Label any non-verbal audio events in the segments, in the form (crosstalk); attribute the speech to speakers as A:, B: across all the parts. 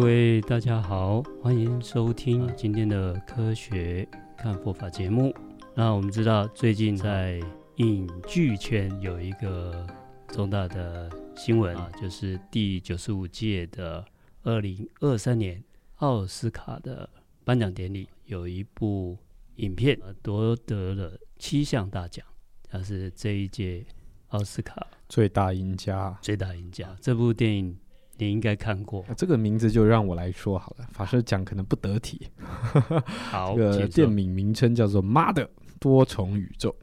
A: 位大家好，欢迎收
B: 啊
A: 听今天的科学看佛法节目。那我们知道，最近在影剧圈有一个重大的新闻啊，就是第九十五届的二零二三年奥斯卡的颁奖典礼，有一部影片呃夺得了七项大奖，它是这一届奥斯卡
B: 最大赢家。
A: 最大赢家。这部电影你应该看过，
B: 那这个名字就让我来说好了，法师讲可能不得体。
A: 好，
B: 这个
A: 请说
B: 电名名称叫做《妈的多重宇宙》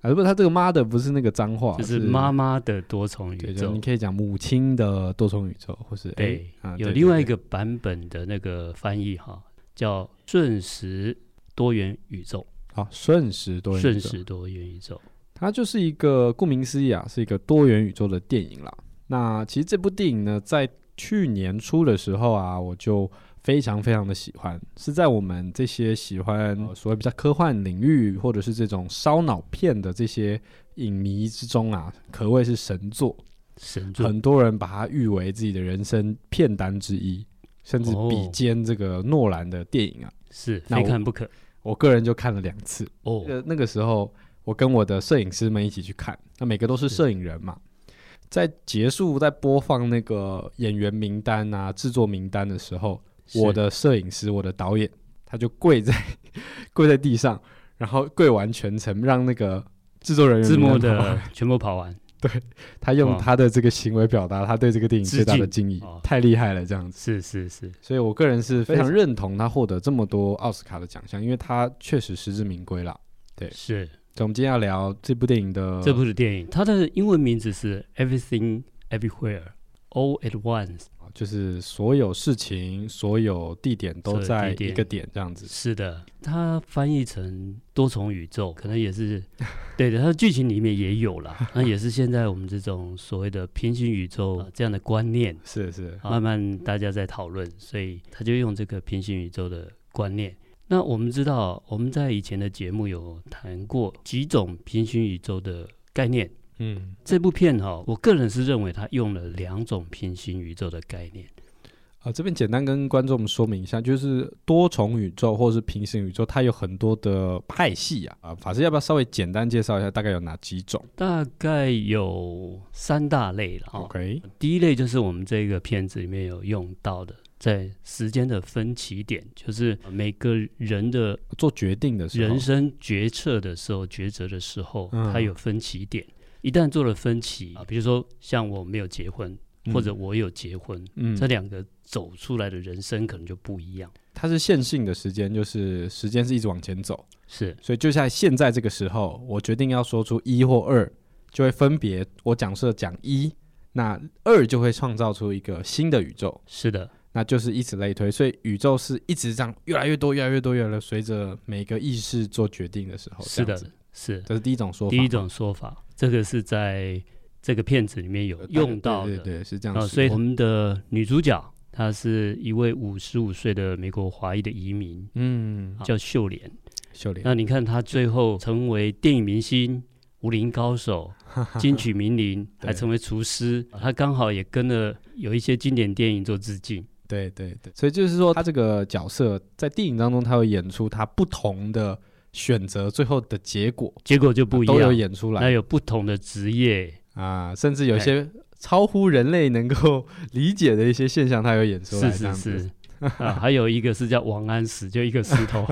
B: 啊，不，他这个“妈的”不是那个脏话，
A: 就是妈
B: 妈，
A: 妈的多重宇
B: 对，就
A: 宙
B: 你。可以讲母亲的多重宇宙，或是
A: 对
B: 哎啊，
A: 有
B: 对
A: 另外一，
B: 对
A: 个版本的那个翻译哈，叫“瞬时多元宇宙
B: 对好，瞬时”，多元
A: 瞬
B: 宇宙，
A: 时多元宇宙，
B: 它就是一个顾名思义啊，是一个多元宇宙的电影啦。那其实这部电影呢，在去年初的时候啊，我就非常非常的喜欢，是在我们这些喜欢呃所谓比较科幻领域或者是这种烧脑片的这些影迷之中啊，可谓是神作。
A: 神作
B: 很多人把它誉为自己的人生片单之一，甚至
A: 哦
B: 比肩这个诺兰的电影啊。
A: 是
B: 那
A: 非
B: 我
A: 看不可
B: 我个人就看了两次，
A: 哦
B: 那。个那个时候，我跟我的摄影师们一起去看，那每个都是摄影人嘛。在结束在播放那个演员名单啊、制作名单的时候，
A: 是
B: 我的摄影师、我的导演，他就跪在 (laughs) 跪在地上，然后跪完全程，让那个制作人员
A: 字幕
B: 名单跑
A: 的全部跑完
B: (laughs) 他用
A: 哇
B: 他的这个行为表达他对这个电影
A: 致
B: 最大的
A: 敬
B: 敬意
A: 哦，
B: 太厉害了，这样子。
A: 是是是，
B: 所以我个人是非
A: 非
B: 常认同他获得这么多奥斯卡的奖项，因为他确实实至名归啦。对嗯
A: 是
B: 所以我们今天要聊这部电影的
A: 这部的电影，它的英文名字是《Everything Everywhere All at Once》。
B: 就是所有事情、所有地点都在一个点这样子。
A: 是的，它翻译成多重宇宙，可能也是对的。它的剧情里面也有啦，那也是现在我们这种所谓的平行宇宙、呃这样的观念。
B: 是是，
A: 慢慢大家在讨论，所以他就用这个平行宇宙的观念。那我们知道，我们在以前的节目有谈过几种平行宇宙的概念。
B: 嗯，
A: 这部片哈、我个人是认为它用了两种平行宇宙的概念。
B: 啊、这边简单跟观众说明一下，就是多重宇宙或是平行宇宙，它有很多的派系啊。啊，法师要不要稍微简单介绍一下，大概有哪几种、
A: 大概有三大类了哈、
B: o k
A: 第一类就是我们这个片子里面有用到的，在时间的分歧点，就是每个人的
B: 做决定的时候，
A: 人生决策的时候、抉择的时候，
B: 嗯
A: 它有分歧点。一旦做了分歧啊，比如说像我没有结婚，或者我有结婚，
B: 嗯，
A: 这两个走出来的人生可能就不一样。
B: 它是线性的时间，就是时间是一直往前走，
A: 是
B: 所以就在现在这个时候，我决定要说出一或二，就会分别我假设讲一，那二就会创造出一个新的宇宙，
A: 是的，
B: 那就是以此类推。所以宇宙是一直这样越来越多、越来越多、越来越多，随着每个意识做决定的时候，
A: 是
B: 这
A: 的
B: 样子，
A: 是
B: 这是第一种说法。
A: 第一种说法，这个是在这个片子里面有
B: 呃
A: 用到
B: 对
A: 的
B: 对。对，是这样
A: 啊，
B: 子。
A: 所以我们的女主角她是一位五十五岁的美国华裔的移民，
B: 嗯，
A: 叫秀莲。
B: 秀莲，
A: 那你看她最后成为电影明星、武林高
B: (laughs)
A: 手、金曲名伶，还
B: 对
A: 成为厨师。她刚好也跟了有一些经典电影做致敬。
B: 对对对，所以就是说，他这个角色在电影当中，他会演出他不同的选择，最后的结果
A: 结果就不一
B: 啊都有
A: 样，
B: 演出来。
A: 那有不同的职业，
B: 啊，甚
A: 哎
B: 至有些超乎人类能够 (laughs) 理解的一些现象，它有演出
A: 是
B: 来。这
A: 是
B: 样子
A: 是，啊，还有一个是叫王安石，就一个石
B: (laughs)
A: 头，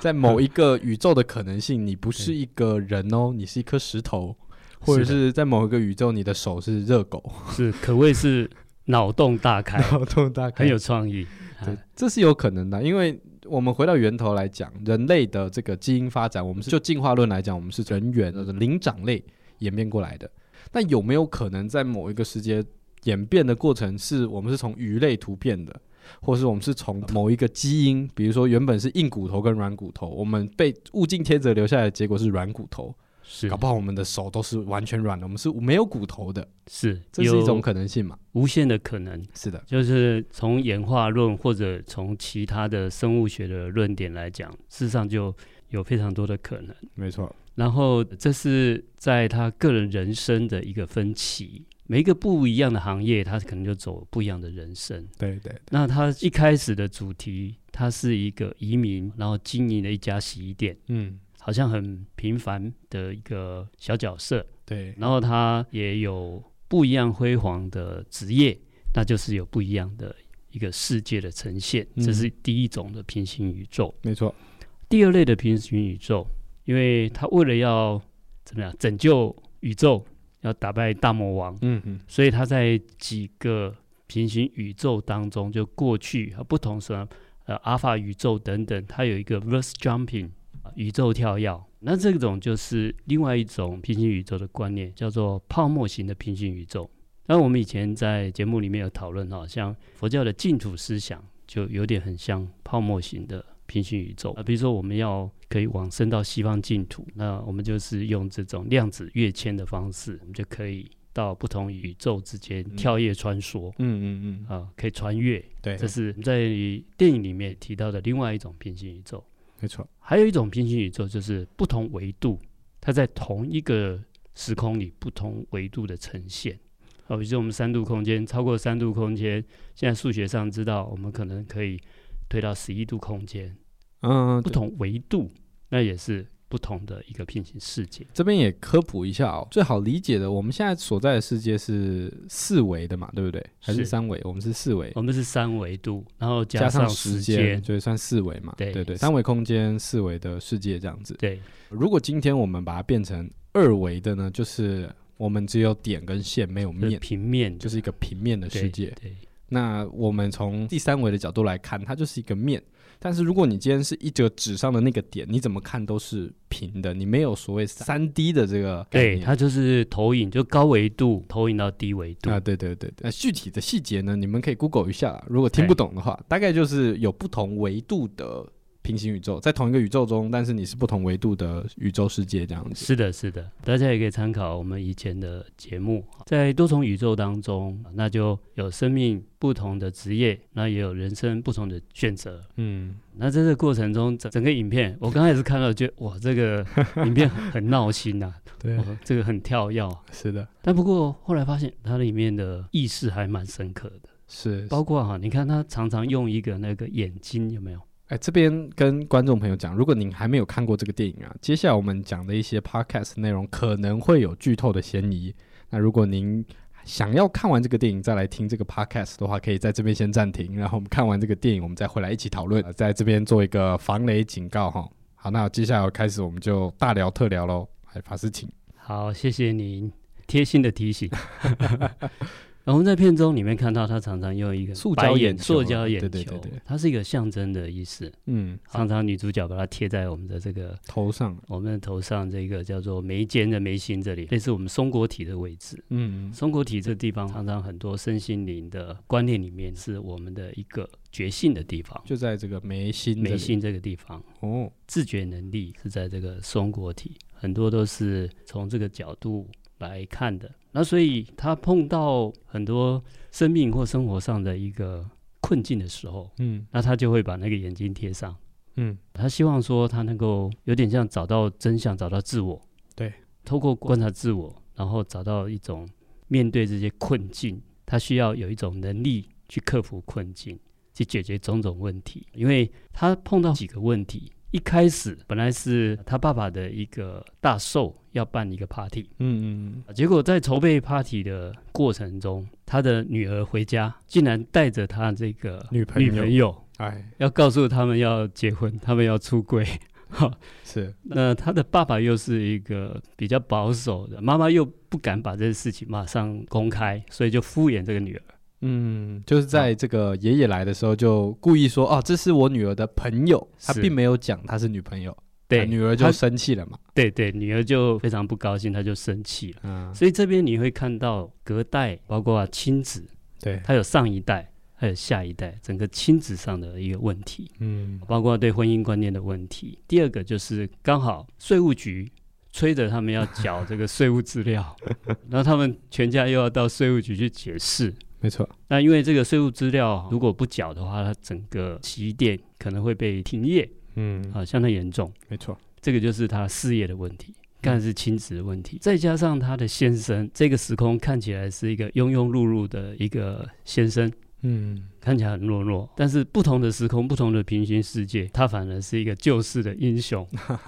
B: 在某一个宇宙的可能性，你不是一个人哦，你是一颗石头，或者
A: 是的
B: 是在某一个宇宙，你的手是热狗，
A: 是可谓是脑洞大
B: (laughs)
A: 开，
B: 脑洞大开。
A: 很有创意。
B: 对
A: 啊，
B: 这是有可能的，因为我们回到源头来讲，人类的这个基因发展，我们是就进化论来讲，我们是人猿呃灵长类演变过来的。那有没有可能在某一个时间演变的过程，是我们是从鱼类突变的，或是我们是从某一个基因，比如说原本是硬骨头跟软骨头，我们被物竞天择留下来的结果是软骨头，
A: 是
B: 搞不好我们的手都是完全软的，我们是没有骨头的，
A: 是，
B: 这是一
A: 有
B: 种可能性嘛？
A: 无限的可能，
B: 是的，
A: 就是从演化论或者从其他的生物学的论点来讲，事实上就有非常多的可能。
B: 没错，
A: 然后这是在他个人人生的一个分歧，每一个不一样的行业，他可能就走不一样的人生。
B: 对对
A: 那他一开始的主题，他是一个移民，然后经营了一家洗衣店，
B: 嗯，
A: 好像很平凡的一个小角色。
B: 对
A: 然后他也有不一样辉煌的职业，那就是有不一样的一个世界的呈现。
B: 嗯
A: 这是第一种的平行宇宙。
B: 没错，
A: 第二类的平行宇宙，因为他为了要怎么样拯救宇宙，要打败大魔王，
B: 嗯嗯，
A: 所以他在几个平行宇宙当中，就过去和不同什么呃阿法宇宙等等，它有一个 verse jumping 呃宇宙跳跃。那这种就是另外一种平行宇宙的观念，叫做泡沫型的平行宇宙。那我们以前在节目里面有讨论哈，像佛教的净土思想就有点很像泡沫型的平行宇宙啊、呃比如说我们要可以往生到西方净土，那我们就是用这种量子跃迁的方式，我们就可以到不同宇宙之间
B: 嗯
A: 跳跃穿梭啊、
B: 嗯嗯嗯，
A: 可以穿越。
B: 对，
A: 这是在电影里面提到的另外一种平行宇宙。
B: 没错，
A: 还有一种平行宇宙就是不同维度，它在同一个时空里不同维度的呈现。好，比如说我们三度空间，超过三度空间，现在数学上知道我们可能可以推到十一度空间，
B: 嗯，
A: 不
B: 对
A: 同维度，那也是不同的一个平行世界。
B: 这边也科普一下哦，最好理解的，我们现在所在的世界是四维的嘛，对不对？还是
A: 是
B: 三维？我们是四维，
A: 我们是三维度，然后
B: 加
A: 上
B: 时
A: 间，
B: 就算四维嘛。
A: 对
B: 对对，
A: 是
B: 三维空间、四维的世界这样子。
A: 对，
B: 如果今天我们把它变成二维的呢，就是我们只有点跟线，没有
A: 就是
B: 面，
A: 平面
B: 就是一个平面的
A: 对
B: 世界。
A: 对，
B: 那我们从第三维的角度来看，它就是一个面。但是如果你今天是一折纸上的那个点，你怎么看都是平的，你没有所谓三 D 的这个概
A: 对，
B: 念
A: 它就是投影，就高维度投影到低维度。
B: 啊，对对对对，那具体的细节呢，你们可以 Google 一下啦。如果听不懂的话，大概就是有不同维度的平行宇宙，在同一个宇宙中，但是你是不同维度的宇宙世界这样子。
A: 是的，是的，大家也可以参考我们以前的节目，在多重宇宙当中，那就有生命不同的职业，那也有人生不同的选择。
B: 嗯，
A: 那在这个过程中，整整个影片，我刚开始看到觉得哇，这个影片很很闹心呐、
B: (laughs) 对
A: 哇，这个很跳跃啊。
B: 哦是的，
A: 但不过后来发现，它里面的意识还蛮深刻的，
B: 是。
A: 包括哈、你看他常常用一个那个眼睛，有没有？
B: 哎，这边跟观众朋友讲，如果您还没有看过这个电影啊，接下来我们讲的一些 podcast 内容可能会有剧透的嫌疑。那如果您想要看完这个电影再来听这个 podcast 的话，可以在这边先暂停，然后我们看完这个电影，我们再回来一起讨论。呃在这边做一个防雷警告哈。好，那接下来开始我们就大聊特聊喽。哎，法师请。
A: 好，谢谢您贴心的提醒。 (laughs) 我们在片中里面看到他常常用一个
B: 塑
A: 白
B: 胶眼
A: 眼、
B: 球啊
A: 塑胶眼球，
B: 对对对对
A: 它是一个象征的意思。
B: 嗯，
A: 常常女主角把它贴在我们的这个
B: 头上。
A: 我们的头上，这个叫做眉间的眉心这里，类似我们松果体的位置。
B: 嗯，
A: 松果体这地方常常很多身心灵的观念里面是我们的一个觉性的地方，
B: 就在这个眉心这里。
A: 眉心这个地方。
B: 哦，
A: 自觉能力是在这个松果体，很多都是从这个角度来看的。那所以他碰到很多生命或生活上的一个困境的时候，
B: 嗯
A: 那他就会把那个眼睛贴上。
B: 嗯，
A: 他希望说他能够有点像找到真相，找到自我。
B: 对，
A: 透过观察自我，然后找到一种面对这些困境，他需要有一种能力去克服困境，去解决种种问题。因为他碰到几个问题，一开始本来是他爸爸的一个大寿要办一个 party，
B: 嗯嗯
A: 结果在筹备 party 的过程中，他的女儿回家竟然带着他这个
B: 女朋友
A: 女朋友
B: 嗯，哎，
A: 要告诉他们要结婚，他们要出轨。哈，
B: 是
A: 那他的爸爸又是一个比较保守的，妈妈又不敢把这个事情马上公开，所以就敷衍这个女儿。
B: 嗯，就是在这个爷爷来的时候，就故意说哦，这是我女儿的朋友，他
A: 是
B: 并没有讲她是女朋友，
A: 对，
B: 啊女儿就
A: 她
B: 生气了嘛，
A: 对对，女儿就非常不高兴，她就生气了。
B: 嗯，
A: 所以这边你会看到隔代，包括亲子，
B: 对，
A: 它有上一代，还有下一代，整个亲子上的一个问题，
B: 嗯
A: 包括对婚姻观念的问题。第二个就是刚好税务局催着他们要缴这个税务资
B: (laughs)
A: 料，然后他们全家又要到税务局去解释。
B: 没错，
A: 那因为这个税务资料如果不缴的话，它整个洗衣店可能会被停业，
B: 嗯，
A: 啊，相当严重。
B: 没错，
A: 这个就是他事业的问题，
B: 嗯
A: 但是亲子的问题，再加上他的先生，这个时空看起来是一个庸庸碌碌的一个先生，
B: 嗯，
A: 看起来很懦弱，但是不同的时空、不同的平行世界，他反而是一个救世的英雄。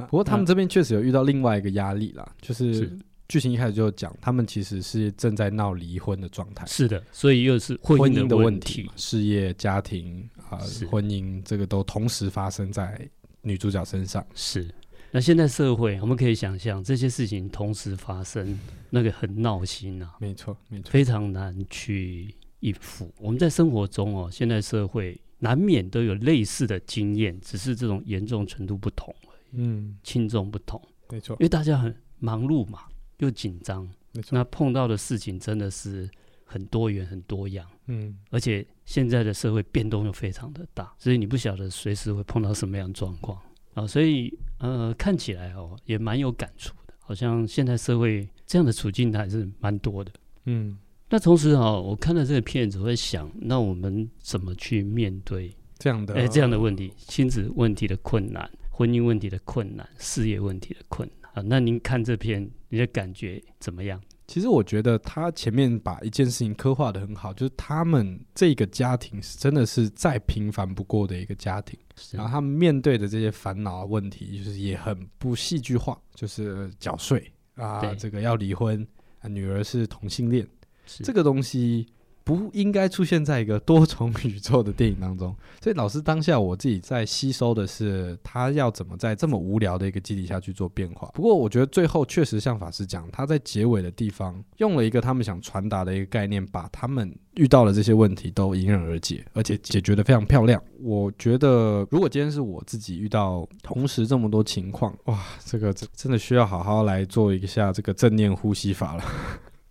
B: 不过他们这边确实有遇到另外一个压力啦，就是
A: 是
B: 剧情一开始就讲，他们其实是正在闹离婚的状态，
A: 是的，所以又是婚
B: 婚
A: 姻
B: 的
A: 的问
B: 题嘛，事业、家庭啊、
A: 是
B: 婚姻这个都同时发生在女主角身上。
A: 是。那现在社会，我们可以想象这些事情同时发生，那个很闹心啊，
B: 没错，没错，
A: 非常难去应付。我们在生活中哦，现在社会难免都有类似的经验，只是这种严重程度不同，
B: 嗯，
A: 轻重不同。
B: 没错
A: 因，为大家很忙碌嘛，又紧张，
B: 没错，
A: 那碰到的事情真的是很多元、很多样。
B: 嗯，
A: 而且现在的社会变动又非常的大，所以你不晓得随时会碰到什么样的状况啊。所以呃，看起来哦也蛮有感触的，好像现在社会这样的处境还是蛮多的。
B: 嗯，
A: 那同时哦，我看了这个片子，我在想，那我们怎么去面对
B: 这样的，
A: 哎这样的问题，亲子问题的困难、婚姻问题的困难、事业问题的困难啊？那您看这篇，你的感觉怎么样？
B: 其实我觉得他前面把一件事情刻画的很好，就是他们这个家庭是真的是再平凡不过的一个家庭，
A: 是
B: 然后他们面对的这些烦恼啊问题，就是也很不戏剧化，就是呃缴税啊，
A: 对
B: 这个要离婚，啊女儿是同性恋，
A: 是
B: 这个东西不应该出现在一个多重宇宙的电影当中。 (laughs) 所以老师当下我自己在吸收的是他要怎么在这么无聊的一个基底下去做变化。不过我觉得最后确实像法师讲，他在结尾的地方用了一个他们想传达的一个概念，把他们遇到的这些问题都迎刃而解，而且解决的非常漂亮。我觉得如果今天是我自己遇到同时这么多情况，哇，这个真真的需要好好来做一下这个正念呼吸法了。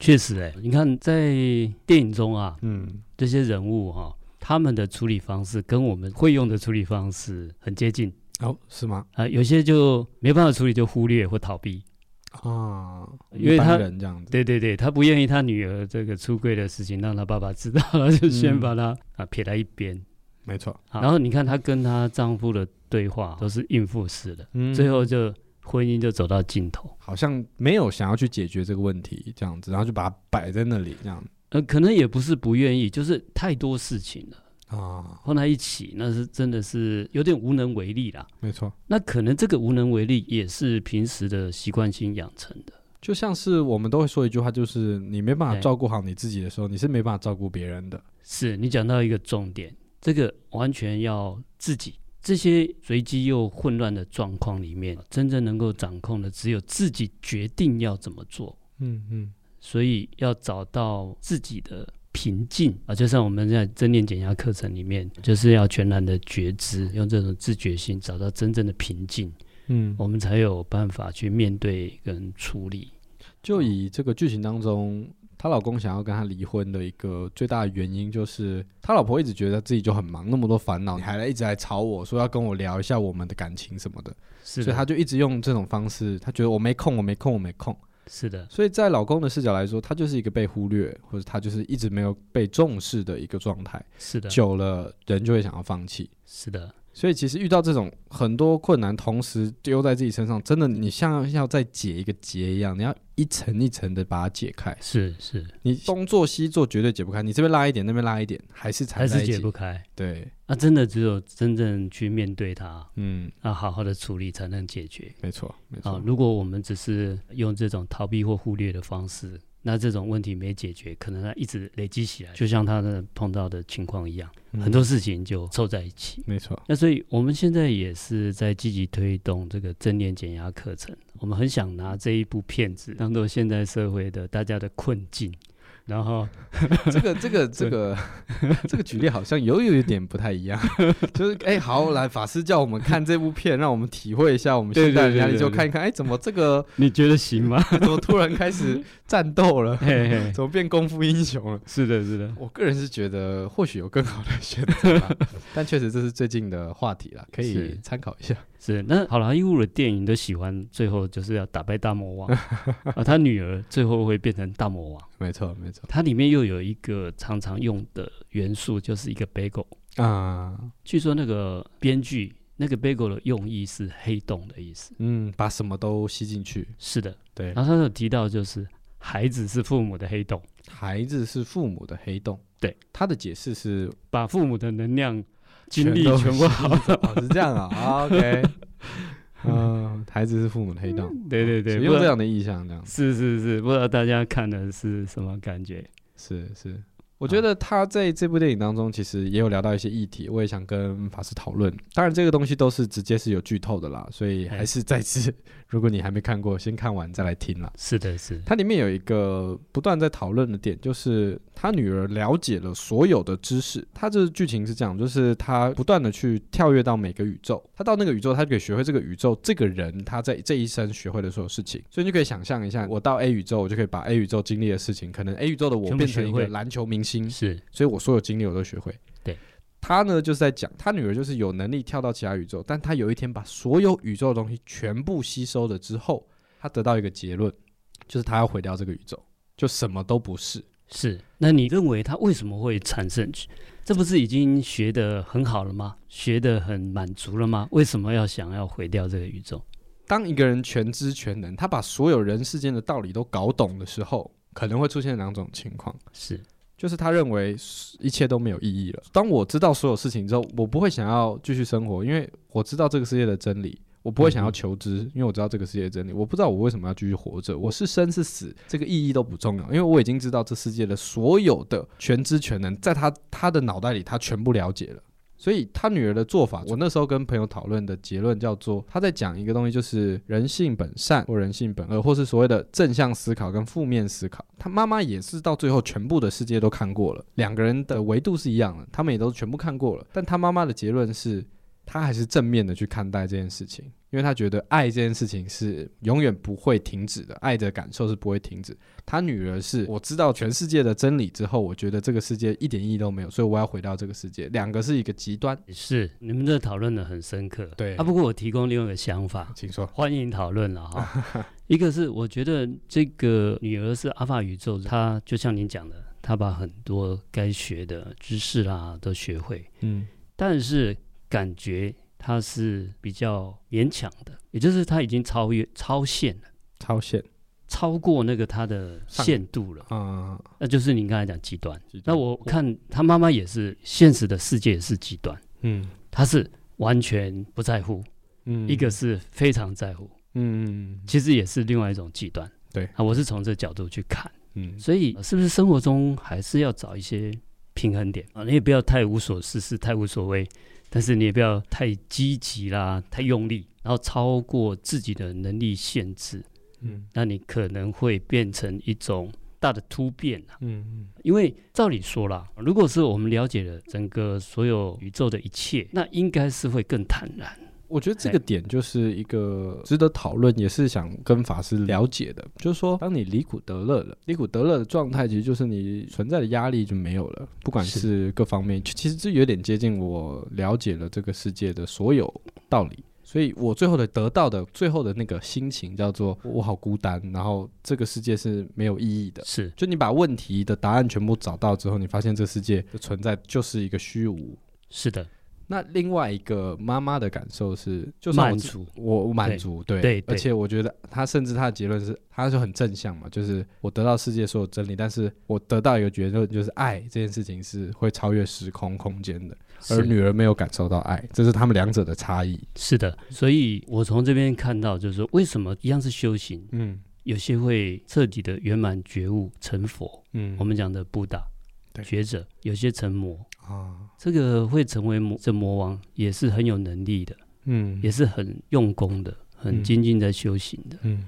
A: 确实哎、你看在电影中啊，
B: 嗯，
A: 这些人物哈、他们的处理方式跟我们会用的处理方式很接近
B: 哦，是吗？
A: 啊、有些就没办法处理，就忽略或逃避。
B: 啊，
A: 因为
B: 一般
A: 他
B: 人这样子，
A: 对对对，他不愿意他女儿这个出柜的事情让他爸爸知道，他就先
B: 嗯
A: 把他、啊撇在一边。
B: 没错。
A: 啊然后你看她跟她丈夫的对话都是应付式的，
B: 嗯
A: 最后就婚姻就走到尽头。
B: 好像没有想要去解决这个问题这样子，然后就把它摆在那里这样
A: 呃，可能也不是不愿意，就是太多事情了，
B: 啊，
A: 碰在一起，那是真的是有点无能为力啦。
B: 没错。
A: 那可能这个无能为力也是平时的习惯性养成的。
B: 就像是我们都会说一句话，就是你没办法
A: 对
B: 照顾好你自己的时候，你是没办法照顾别人的。
A: 是你讲到一个重点，这个完全要自己这些随机又混乱的状况里面，真正能够掌控的只有自己决定要怎么做，
B: 嗯嗯，
A: 所以要找到自己的。平静啊，就像我们在正念减压课程里面，就是要全然的觉知，用这种自觉性找到真正的平静，
B: 嗯，
A: 我们才有办法去面对跟处理。
B: 就以这个剧情当中，她老公想要跟她离婚的一个最大的原因，就是她老婆一直觉得自己就很忙，那么多烦恼，你还来一直来吵我说要跟我聊一下我们的感情什么的，
A: 是
B: 所以她
A: 的，
B: 就一直用这种方式，她觉得我没空，我没空，我没空。
A: 是的，
B: 所以在老公的视角来说，他就是一个被忽略，或者他就是一直没有被重视的一个状态，
A: 是的，
B: 久了人就会想要放弃。
A: 是的，
B: 所以其实遇到这种很多困难，同时丢在自己身上，真的你像要再解一个结一样，你要一层一层的把它解开。
A: 是是，
B: 你东做西做绝对解不开，你这边拉一点，那边拉一点，还是缠
A: 还
B: 在
A: 是
B: 一
A: 解
B: 起
A: 不。开。
B: 对，
A: 那、真的只有真正去面对它，
B: 嗯，
A: 啊，好好的处理才能解决
B: 没错，没
A: 啊
B: 错。。
A: 如果我们只是用这种逃避或忽略的方式，那这种问题没解决，可能它一直累积起来，就像他的碰到的情况一样，
B: 嗯
A: 很多事情就凑在一起。
B: 没错，
A: 那所以我们现在也是在积极推动这个正念减压课程，我们很想拿这一部片子当做现代社会的大家的困境，然后 (laughs)
B: 这个这个这个 (laughs) 这个举例好像有有一点不太一样， (laughs) 就是哎、好来法师叫我们看这部片，让我们体会一下我们
A: 对
B: 现在的
A: 对对
B: 压力，
A: 对
B: 就
A: 对
B: 看一看哎、怎么这个
A: 你觉得行吗？
B: 怎么突然开始战斗了，
A: (laughs)
B: (laughs)
A: 嘿嘿，
B: 怎么变功夫英雄了？
A: 是的，是的，
B: 我个人是觉得或许有更好的选择啦，但确实这是最近的话题啦，可以
A: 是
B: 参考一下。
A: 是。那好莱坞的电影都喜欢最后就是要打败大魔
B: (laughs)
A: 王啊，他女儿最后会变成大魔王。
B: 没错，没错
A: 它里面又有一个常常用的元素，就是一个 bagel。
B: 啊，
A: 据说那个编剧那个 bagel 的用意是黑洞的意思。
B: 嗯，把什么都吸进去。
A: 是的，
B: 对，
A: 然后他有提到就是孩子是父母的黑洞，
B: 孩子是父母的黑洞。
A: 对，
B: 他的解释是
A: 把父母的能量、精力
B: 都
A: 全部耗
B: 吸走 (laughs) 哦，是这样啊啊，OK。嗯，孩子是父母的黑洞，
A: (laughs) 对对对，
B: 哦是
A: 不
B: 用
A: 知
B: 这
A: 道
B: 样的意象，这样
A: 是是是，不知道大家看的是什么感觉？
B: 是是。我觉得他在这部电影当中，其实也有聊到一些议题，我也想跟法师讨论。当然，这个东西都是直接是有剧透的啦，所以
A: 哎
B: 还是再次， (laughs) 如果你还没看过，先看完再来听啦。
A: 是的，是
B: 它里面有一个不断在讨论的点，就是他女儿了解了所有的知识。他这剧情是这样，就是他不断的去跳跃到每个宇宙，他到那个宇宙，他就可以学会这个宇宙这个人他在这一生学会的所有事情。所以你就可以想象一下，我到 A 宇宙，我就可以把 A 宇宙经历的事情，可能 A 宇宙的我
A: 全部
B: 变成一
A: 学会
B: 个篮球明星，
A: 是，
B: 所以我所有经历我都学会。
A: 对。
B: 他呢，就是在讲他女儿就是有能力跳到其他宇宙，但他有一天把所有宇宙的东西全部吸收了之后，他得到一个结论，就是他要毁掉这个宇宙，就什么都不是。
A: 是，那你认为它为什么会产生？这不是已经学得很好了吗？学得很满足了吗？为什么要想要毁掉这个宇宙？
B: 当一个人全知全能，他把所有人世间的道理都搞懂的时候，可能会出现两种情况，
A: 是
B: 就是他认为一切都没有意义了。当我知道所有事情之后，我不会想要继续生活，因为我知道这个世界的真理。我不会想要求知，因为我知道这个世界的真理。我不知道我为什么要继续活着，我是生是死，这个意义都不重要，因为我已经知道这世界的所有的全知全能，在他他的脑袋里，他全部了解了。所以他女儿的做法，我那时候跟朋友讨论的结论叫做，他在讲一个东西，就是人性本善或人性本恶，或是所谓的正向思考跟负面思考。他妈妈也是到最后全部的世界都看过了，两个人的维度是一样的，他们也都全部看过了。但他妈妈的结论是，他还是正面的去看待这件事情，因为他觉得爱这件事情是永远不会停止的，爱的感受是不会停止。他女儿是我知道全世界的真理之后，我觉得这个世界一点意义都没有，所以我要回到这个世界。两个是一个极端，
A: 是，你们这讨论的很深刻。
B: 对
A: 啊，不过我提供另外一个想法，
B: 请说。
A: 欢迎讨论了哈。一个是我觉得这个女儿是阿法宇宙，她就像您讲的，她把很多该学的知识啦都学会，
B: 嗯，
A: 但是感觉她是比较勉强的，也就是她已经超越超限了，
B: 超限
A: 超过那个她的
B: 上
A: 限度了，
B: 啊，
A: 那就是您刚才讲极端。
B: 极端
A: 那我看她妈妈也是，现实的世界也是极端，
B: 嗯
A: 她是完全不在乎，
B: 嗯
A: 一个是非常在乎，
B: 嗯
A: 其实也是另外一种极端。
B: 对
A: 啊，我是从这角度去看，
B: 嗯
A: 所以呃是不是生活中还是要找一些平衡点啊？你也不要太无所事事，太无所谓，但是你也不要太积极啦，太用力，然后超过自己的能力限制，
B: 嗯
A: 那你可能会变成一种大的突变啊。
B: 嗯
A: 因为照理说啦，如果是我们了解了整个所有宇宙的一切，那应该是会更坦然。
B: 我觉得这个点就是一个值得讨论，也是想跟法师了解的，就是说，当你离苦得乐了，离苦得乐的状态，其实就是你存在的压力就没有了，不管
A: 是
B: 是各方面，其其实这有点接近我了解了这个世界的所有道理。所以我最后的得到的最后的那个心情叫做我好孤单，然后这个世界是没有意义的，
A: 是
B: 就你把问题的答案全部找到之后，你发现这世界的存在就是一个虚无。
A: 是的，
B: 那另外一个妈妈的感受是，就算我
A: 满
B: 自
A: 足
B: 我我满足，对
A: 对对
B: 而且我觉得他甚至他的结论是，他就很正向嘛，就是我得到世界所有真理，但是我得到一个结论，就是爱这件事情是会超越时空空间的，而
A: 是
B: 女儿没有感受到爱，这是他们两者的差异。
A: 是的，所以我从这边看到，就是说为什么一样是修行，
B: 嗯
A: 有些会彻底的圆满觉悟成佛，
B: 嗯
A: 我们讲的布达
B: 对
A: 觉者，有些成魔，
B: 啊
A: 这个会成为魔这魔王，也是很有能力的，
B: 嗯
A: 也是很用功的，很
B: 嗯
A: 精进在修行的，
B: 嗯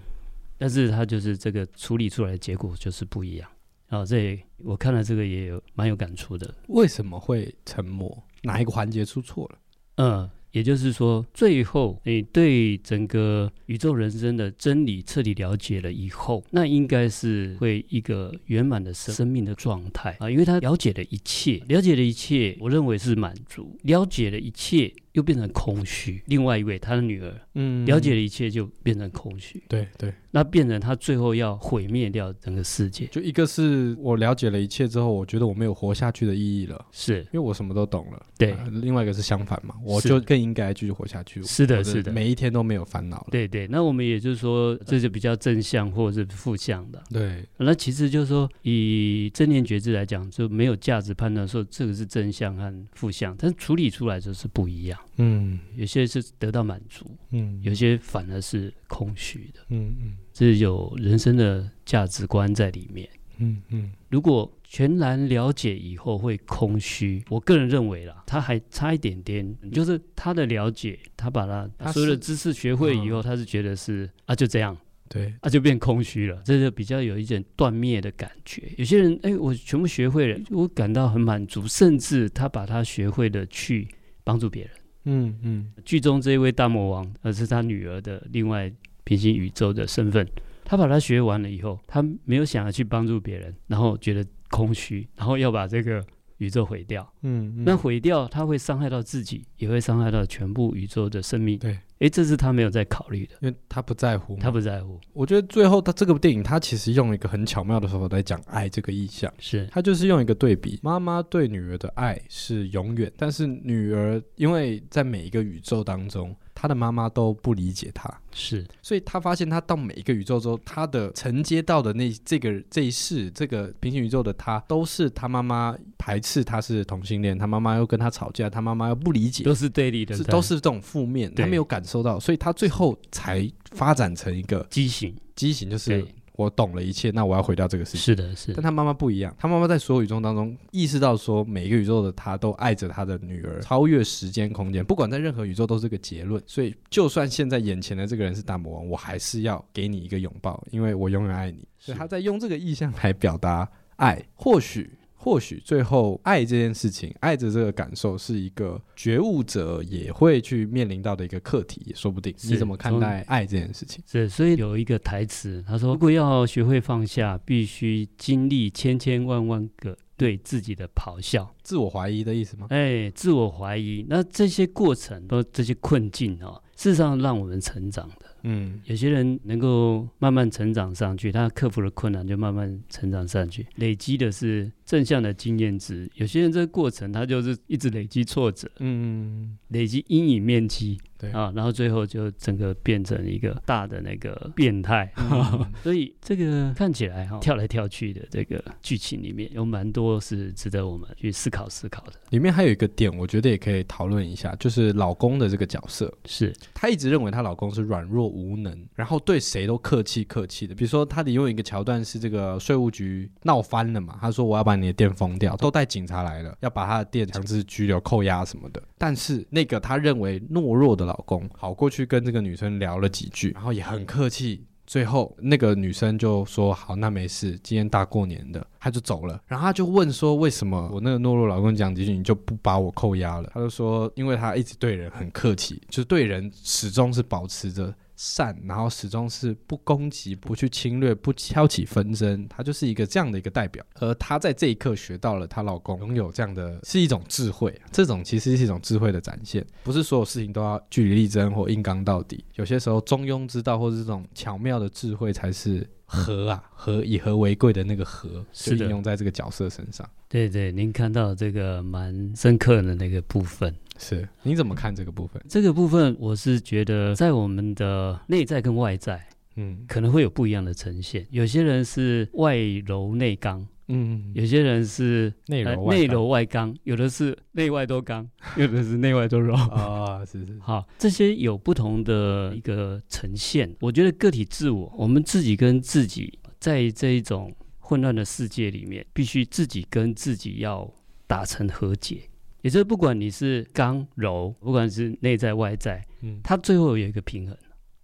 A: 但是他就是这个处理出来的结果就是不一样。啊，这也我看了这个也有蛮有感触的，
B: 为什么会沉默？哪一个环节出错了？
A: 嗯，也就是说，最后你对整个宇宙人生的真理彻底了解了以后，那应该是会一个圆满的生生命的状态啊，因为他了解了一切，了解了一切，我认为是满足，了解了一切。又变成空虚。另外一位他的女儿
B: 嗯
A: 了解了一切，就变成空虚，
B: 对对，
A: 那变成他最后要毁灭掉整个世界。
B: 就一个是我了解了一切之后，我觉得我没有活下去的意义了，
A: 是
B: 因为我什么都懂了。
A: 对
B: 啊另外一个是相反嘛，我
A: 是
B: 就更应该继续活下去。
A: 是的，
B: 我
A: 是的，
B: 每一天都没有烦恼了。
A: 对对。那我们也就是说，这就比较正向或者是负向的。
B: 对，
A: 那其实就是说，以正念觉知来讲，就没有价值判断说这个是正向和负向，但处理出来就是不一样。
B: 嗯
A: 有些是得到满足，
B: 嗯，
A: 有些反而是空虚的，
B: 嗯嗯
A: 这有人生的价值观在里面。
B: 嗯嗯
A: 如果全然了解以后会空虚，我个人认为啦，他还差一点点，就是他的了解，他把他
B: 他
A: 所有的
B: 是
A: 知识学会以后，
B: 嗯
A: 他是觉得是啊就这样，
B: 对，
A: 啊，就变空虚了，这就比较有一点断灭的感觉。有些人，哎，我全部学会了，我感到很满足，甚至他把他学会的去帮助别人。
B: 嗯嗯
A: 剧中这一位大魔王，而是他女儿的另外平行宇宙的身份，他把他学完了以后，他没有想要去帮助别人，然后觉得空虚，然后要把这个宇宙毁掉。
B: 嗯，
A: 那毁掉，他会伤害到自己，也会伤害到全部宇宙的生命。
B: 对，
A: 哎，这是他没有在考虑的，
B: 因为他不在乎嘛，
A: 他不在乎。
B: 我觉得最后他这个电影，他其实用了一个很巧妙的手法来讲爱这个意象。
A: 是
B: 他就是用一个对比，妈妈对女儿的爱是永远，但是女儿因为在每一个宇宙当中，她的妈妈都不理解她，
A: 是，
B: 所以她发现她到每一个宇宙之后，她的承接到的那这个这一世这个平行宇宙的她，都是她妈妈排斥她是同性恋，她妈妈又跟她吵架，她妈妈又不理解，
A: 都是对立的，
B: 是都是这种负面，
A: 对
B: 她没有感受到，所以她最后才发展成一个
A: 畸形。
B: 畸形，就是
A: 对
B: 我懂了一切，那我要回到这个世界。
A: 是的，是
B: 但
A: 的，
B: 他妈妈不一样，他妈妈在所有宇宙当中意识到说，每一个宇宙的他都爱着他的女儿，超越时间空间，不管在任何宇宙都是这个结论。所以，就算现在眼前的这个人是大魔王，我还是要给你一个拥抱，因为我永远爱你。所以他在用这个意象来表达爱，或许。或许最后爱这件事情，爱着这个感受，是一个觉悟者也会去面临到的一个课题，也说不定。你
A: 是
B: 怎么看
A: 从
B: 待爱这件事情？
A: 是。所以有一个台词，他说：“如果要学会放下，必须经历千千万万个对自己的咆哮，
B: 自我怀疑的意思吗？
A: 哎，自我怀疑。那这些过程，包括这些困境哦，事实上让我们成长的。
B: 嗯
A: 有些人能够慢慢成长上去，他克服了困难就慢慢成长上去，累积的是正向的经验值。有些人这个过程，他就是一直累积挫折，
B: 嗯，
A: 累积阴影面积，
B: 对
A: 啊，然后最后就整个变成一个大的那个变态，
B: 嗯
A: 所以这个看起来哈、跳来跳去的这个剧情里面有蛮多是值得我们去思考思考的，
B: 里面还有一个点，我觉得也可以讨论一下，就是老公的这个角色，
A: 是
B: 她一直认为她老公是软弱无能，然后对谁都客气客气的。比如说，她里用一个桥段是这个税务局闹翻了嘛，她说我要把你的店封掉，都带警察来了，要把她的店强制拘留、扣押什么的。但是那个她认为懦弱的老公跑过去跟这个女生聊了几句，然后也很客气，最后那个女生就说：“好，那没事，今天大过年的。”她就走了。然后她就问说：“为什么我那个懦弱老公讲几句你就不把我扣押了？”她就说：“因为他一直对人很客气，就是对人始终是保持着善，然后始终是不攻击、不去侵略、不挑起纷争。她就是一个这样的一个代表。而她在这一刻学到了她老公拥有这样的是一种智慧，啊这种其实是一种智慧的展现。不是所有事情都要据理力争或硬刚到底，有些时候中庸之道或是这种巧妙的智慧才是和啊和以和为贵的那个和，
A: 是的
B: 就应用在这个角色身上。
A: 对对，您看到这个蛮深刻的那个部分。
B: 是，你怎么看这个部分？
A: 这个部分，我是觉得在我们的内在跟外在
B: 嗯
A: 可能会有不一样的呈现。有些人是外柔内刚，
B: 嗯，
A: 有些人是
B: 哎内
A: 呃
B: 柔外
A: 内
B: 刚
A: 柔外刚，有的是内外都刚，有的是内外都柔。
B: 啊，是是，
A: 好，这些有不同的一个呈现。我觉得个体自我，我们自己跟自己在这一种混乱的世界里面，必须自己跟自己要达成和解。也就是不管你是刚柔，不管是内在外在，
B: 嗯
A: 它最后有一个平衡，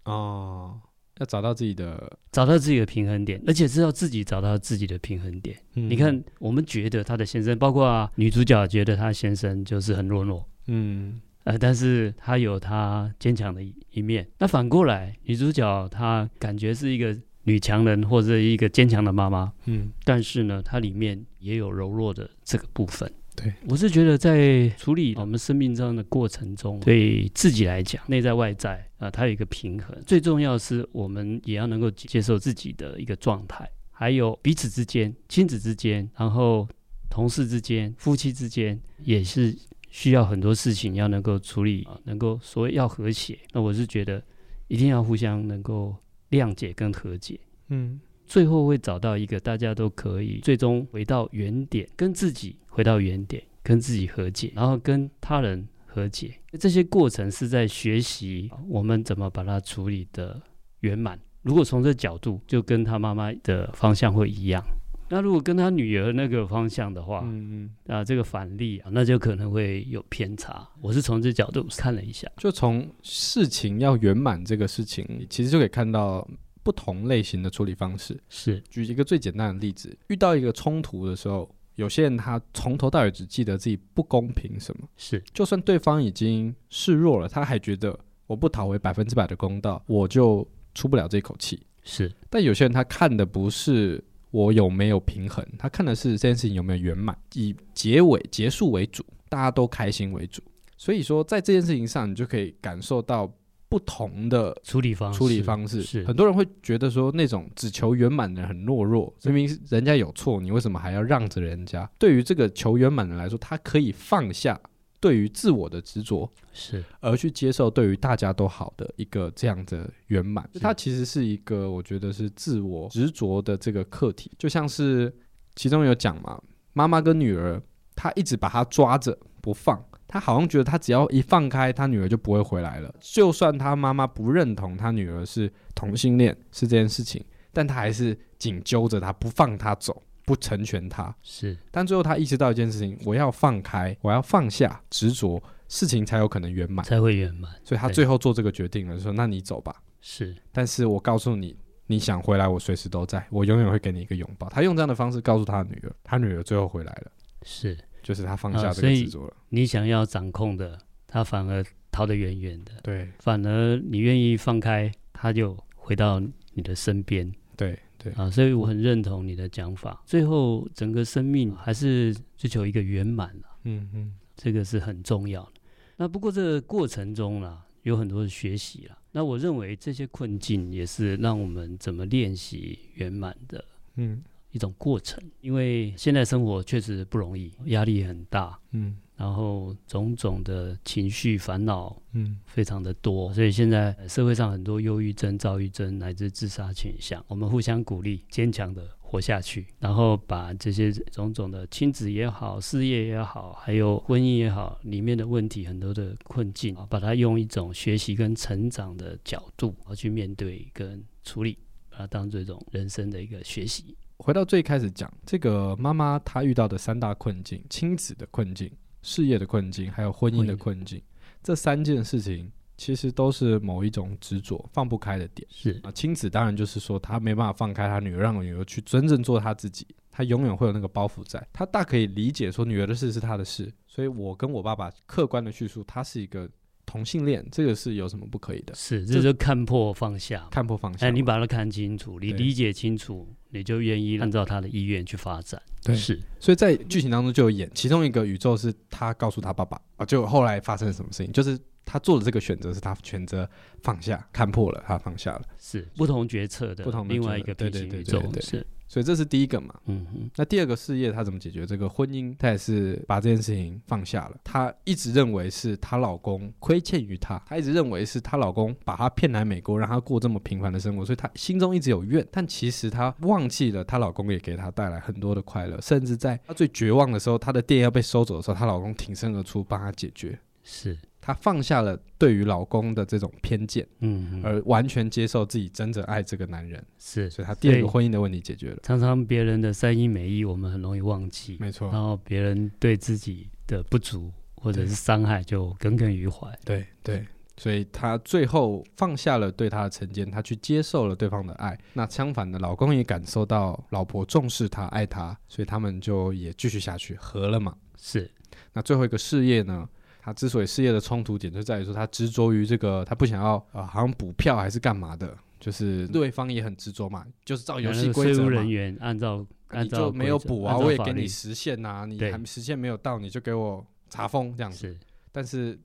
B: 哦，要找到自己的，
A: 找到自己的平衡点，而且是要自己找到自己的平衡点。
B: 嗯
A: 你看，，我们觉得她的先生，包括、啊、女主角觉得她先生就是很懦弱，
B: 嗯
A: 呃，但是她有她坚强的一一面。那反过来，女主角她感觉是一个女强人或者一个坚强的妈妈，
B: 嗯，
A: 但是呢，她里面也有柔弱的这个部分。
B: 对，
A: 我是觉得在处理我们生命这样的过程中，对自己来讲，内在外在啊、它有一个平衡。最重要的是，我们也要能够接受自己的一个状态，还有彼此之间、亲子之间，然后同事之间、夫妻之间，也是需要很多事情要能够处理，啊能够所谓要和谐。那我是觉得，一定要互相能够谅解跟和解。
B: 嗯，
A: 最后会找到一个大家都可以最终回到原点，跟自己回到原点，跟自己和解，然后跟他人和解。这些过程是在学习我们怎么把它处理的圆满。如果从这角度，就跟他妈妈的方向会一样。那如果跟他女儿那个方向的话，
B: 嗯嗯，
A: 啊，这个反例啊，那就可能会有偏差。我是从这角度看了一下，
B: 就从事情要圆满这个事情，其实就可以看到不同类型的处理方式。
A: 是
B: 举一个最简单的例子，遇到一个冲突的时候，有些人他从头到尾只记得自己不公平什么，
A: 是
B: 就算对方已经示弱了，他还觉得我不讨回百分之百的公道，我就出不了这口气。
A: 是
B: 但有些人他看的不是我有没有平衡，他看的是这件事情有没有圆满，以结尾结束为主，大家都开心为主。所以说，在这件事情上，你就可以感受到不同的
A: 处理方式
B: 处理方式。
A: 是
B: 很多人会觉得说，那种只求圆满的人很懦弱，明明是人家有错，你为什么还要让着人家？对于这个求圆满的人来说，他可以放下对于自我的执着，
A: 是
B: 而去接受对于大家都好的一个这样的圆满。它其实是一个我觉得是自我执着的这个课题，就像是其中有讲嘛，妈妈跟女儿，她一直把她抓着不放。她好像觉得她只要一放开，她女儿就不会回来了。就算她妈妈不认同她女儿是同性恋是这件事情，但她还是紧揪着她不放她走，不成全她。
A: 是
B: 但最后她意识到一件事情：我要放开，我要放下执着，事情才有可能圆满。
A: 才会圆满，
B: 所以他
A: 对
B: 最后做这个决定了，说：“那你走吧。
A: 是”
B: 但是我告诉你，你想回来，我随时都在，我永远会给你一个拥抱。他用这样的方式告诉他的女儿，他女儿最后回来了，
A: 是。
B: 就是他放
A: 啊
B: 下这
A: 所
B: 个
A: 以
B: 执着了。
A: 你想要掌控的，他反而逃得远远的；
B: 对
A: 反而你愿意放开，他就回到你的身边
B: 对对，
A: 啊。所以我很认同你的讲法。最后，整个生命还是追求一个圆满啊，
B: 嗯嗯，
A: 这个是很重要的。那不过这个过程中啦、有很多的学习啦。那我认为这些困境也是让我们怎么练习圆满的
B: 嗯
A: 一种过程，因为现在生活确实不容易，压力很大，
B: 嗯
A: 然后种种的情绪烦恼
B: 嗯
A: 非常的多，所以现在呃社会上很多忧郁症、躁郁症乃至自杀倾向，我们互相鼓励，坚强的活下去，然后把这些种种的亲子也好、事业也好，还有婚姻也好里面的问题很多的困境，啊把它用一种学习跟成长的角度啊去面对跟处理，把它当做一种人生的一个学习。
B: 回到最开始讲，这个妈妈她遇到的三大困境：亲子的困境、事业的困境，还有婚姻
A: 婚
B: 的
A: 姻
B: 困境。这三件事情其实都是某一种执着放不开的点。
A: 是
B: 啊，亲子当然就是说他没办法放开他女儿，让女儿去真正做他自己，他永远会有那个包袱在。他大可以理解说女儿的事是他的事，所以我跟我爸爸客观的叙述，他是一个同性恋，这个是有什么不可以的？
A: 是，
B: 这
A: 这就看破放下。
B: 看破放下嘛。
A: 哎，你把它看清楚，你
B: 对
A: 理解清楚，你就愿意按照他的意愿去发展。
B: 对
A: 是。
B: 所以在剧情当中就有演，其中一个宇宙是他告诉他爸爸啊，就后来发生了什么事情，就是他做的这个选择是他选择放下，看破了，他放下了，
A: 是不同决策的
B: 不同的
A: 另
B: 决
A: 外一
B: 策
A: 个
B: 对
A: 平
B: 对
A: 行
B: 对
A: 宇
B: 对
A: 宙
B: 对对
A: 是，
B: 所以这是第一个嘛。
A: 嗯哼，
B: 那第二个事业，她怎么解决这个婚姻？她也是把这件事情放下了。她一直认为是她老公亏欠于她，她一直认为是她老公把她骗来美国，让她过这么平凡的生活，所以她心中一直有怨。但其实她忘记了，她老公也给她带来很多的快乐，甚至在她最绝望的时候，她的店要被收走的时候，她老公挺身而出帮她解决。
A: 是，
B: 她放下了对于老公的这种偏见，
A: 嗯哼，
B: 而完全接受自己真正爱这个男人，
A: 是。
B: 所以她第二
A: 所
B: 个
A: 以
B: 婚姻的问题解决了。
A: 常常别人的三一美意，我们很容易忘记，
B: 没错
A: 然，后别人对自己的不足或者是伤害就耿耿于怀。
B: 对对，所以她最后放下了对他的成见，她去接受了对方的爱。那相反的，老公也感受到老婆重视他、爱他，所以他们就也继续下去，和了嘛。
A: 是
B: 那最后一个事业呢？他之所以事业的冲突点就在于说，他执着于这个，他不想要啊、呃好像补哦票还是干嘛的，就是对方也很执着嘛，就是照游
A: 然后
B: 戏
A: 那个
B: 规
A: 税
B: 则
A: 务
B: 嘛
A: 人。员按照按
B: 你
A: 照
B: 就没有
A: 规则
B: 补
A: 按
B: 啊，
A: 照
B: 我也
A: 法
B: 给你
A: 律
B: 时限呐、你
A: 对
B: 还时限没有到，你就给我查封这样子。
A: 是
B: 但是，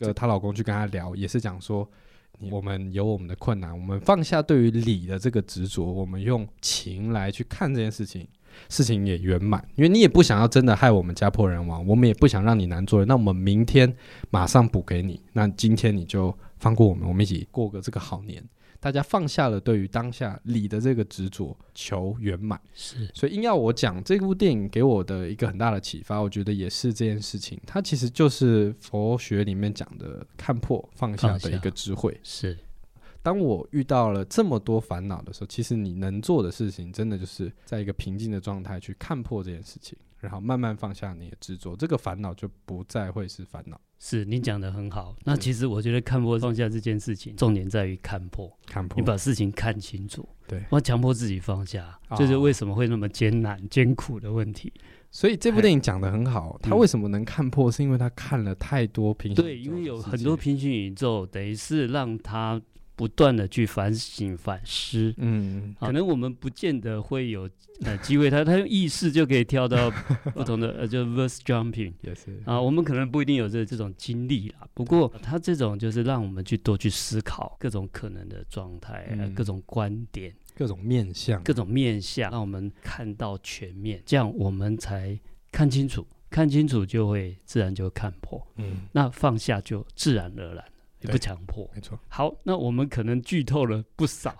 B: 呃，她老公去跟她聊，也是讲说，你我们有我们的困难，我们放下对于理的这个执着，我们用情来去看这件事情，事情也圆满。因为你也不想要真的害我们家破人亡，我们也不想让你难做人。那我们明天马上补给你，那今天你就放过我们，我们一起过个这个好年。大家放下了对于当下理的这个执着，求圆满。
A: 是
B: 所以硬要我讲这部电影给我的一个很大的启发，我觉得也是这件事情，它其实就是佛学里面讲的看破放下
A: 放下
B: 的一个智慧。
A: 是
B: 当我遇到了这么多烦恼的时候，其实你能做的事情，真的就是在一个平静的状态去看破这件事情，然后慢慢放下你的执着，这个烦恼就不再会是烦恼。
A: 是，你讲的很好。那
B: 是
A: 其实我觉得看破放下这件事情，重点在于看破，
B: 看破
A: 你，把事情看清楚。
B: 对
A: 我强迫自己放下，这是
B: 哦
A: 为什么会那么艰难、艰苦的问题。
B: 所以这部电影讲的很好，他
A: 嗯
B: 为什么能看破，是因为他看了太多平行
A: 对，
B: 宇
A: 因
B: 宙
A: 为
B: 的
A: 有
B: 世
A: 很多
B: 界
A: 平行宇宙，等于是让他不断的去反省、反思。
B: 嗯
A: 可能我们不见得会有呃机会，他他用意识就可以跳到不同的呃，就是 verse jumping
B: 也是
A: 啊，我们可能不一定有这这种经历啦。不过
B: 嗯
A: 他这种就是让我们去多去思考各种可能的状态、呃
B: 嗯
A: 各种观点、
B: 各种面相。
A: 各种面相，让我们看到全面，这样我们才看清楚，看清楚就会自然就看破，
B: 嗯，
A: 那放下就自然而然，也不
B: 对
A: 强迫。
B: 没错。
A: 好，那我们可能剧透了不少。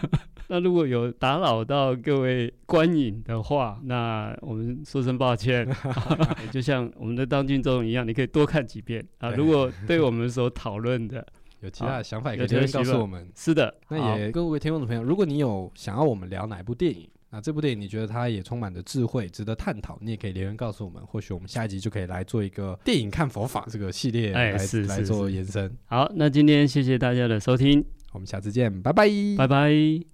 A: (laughs) 那如果有打扰到各位观影的话，那我们说声抱歉。 (laughs) 就像我们的当军中一样，你可以多看几遍啊。
B: 对
A: 如果对我们所讨论的，
B: 有其他的想法也可
A: 有
B: 以
A: 其他
B: 留言告
A: 希望
B: 诉我们。
A: 是的，
B: 那也各位听众的朋友，如果你有想要我们聊哪一部电影，那这部电影你觉得它也充满着智慧，值得探讨，你也可以留言告诉我们。或许我们下一集就可以来做一个电影看佛法这个系列
A: 哎
B: 来、
A: 是
B: 来
A: 是
B: 做
A: 是
B: 延伸。
A: 好。好，那今天谢谢大家的收听，
B: 我们下次见，拜拜。
A: 拜拜。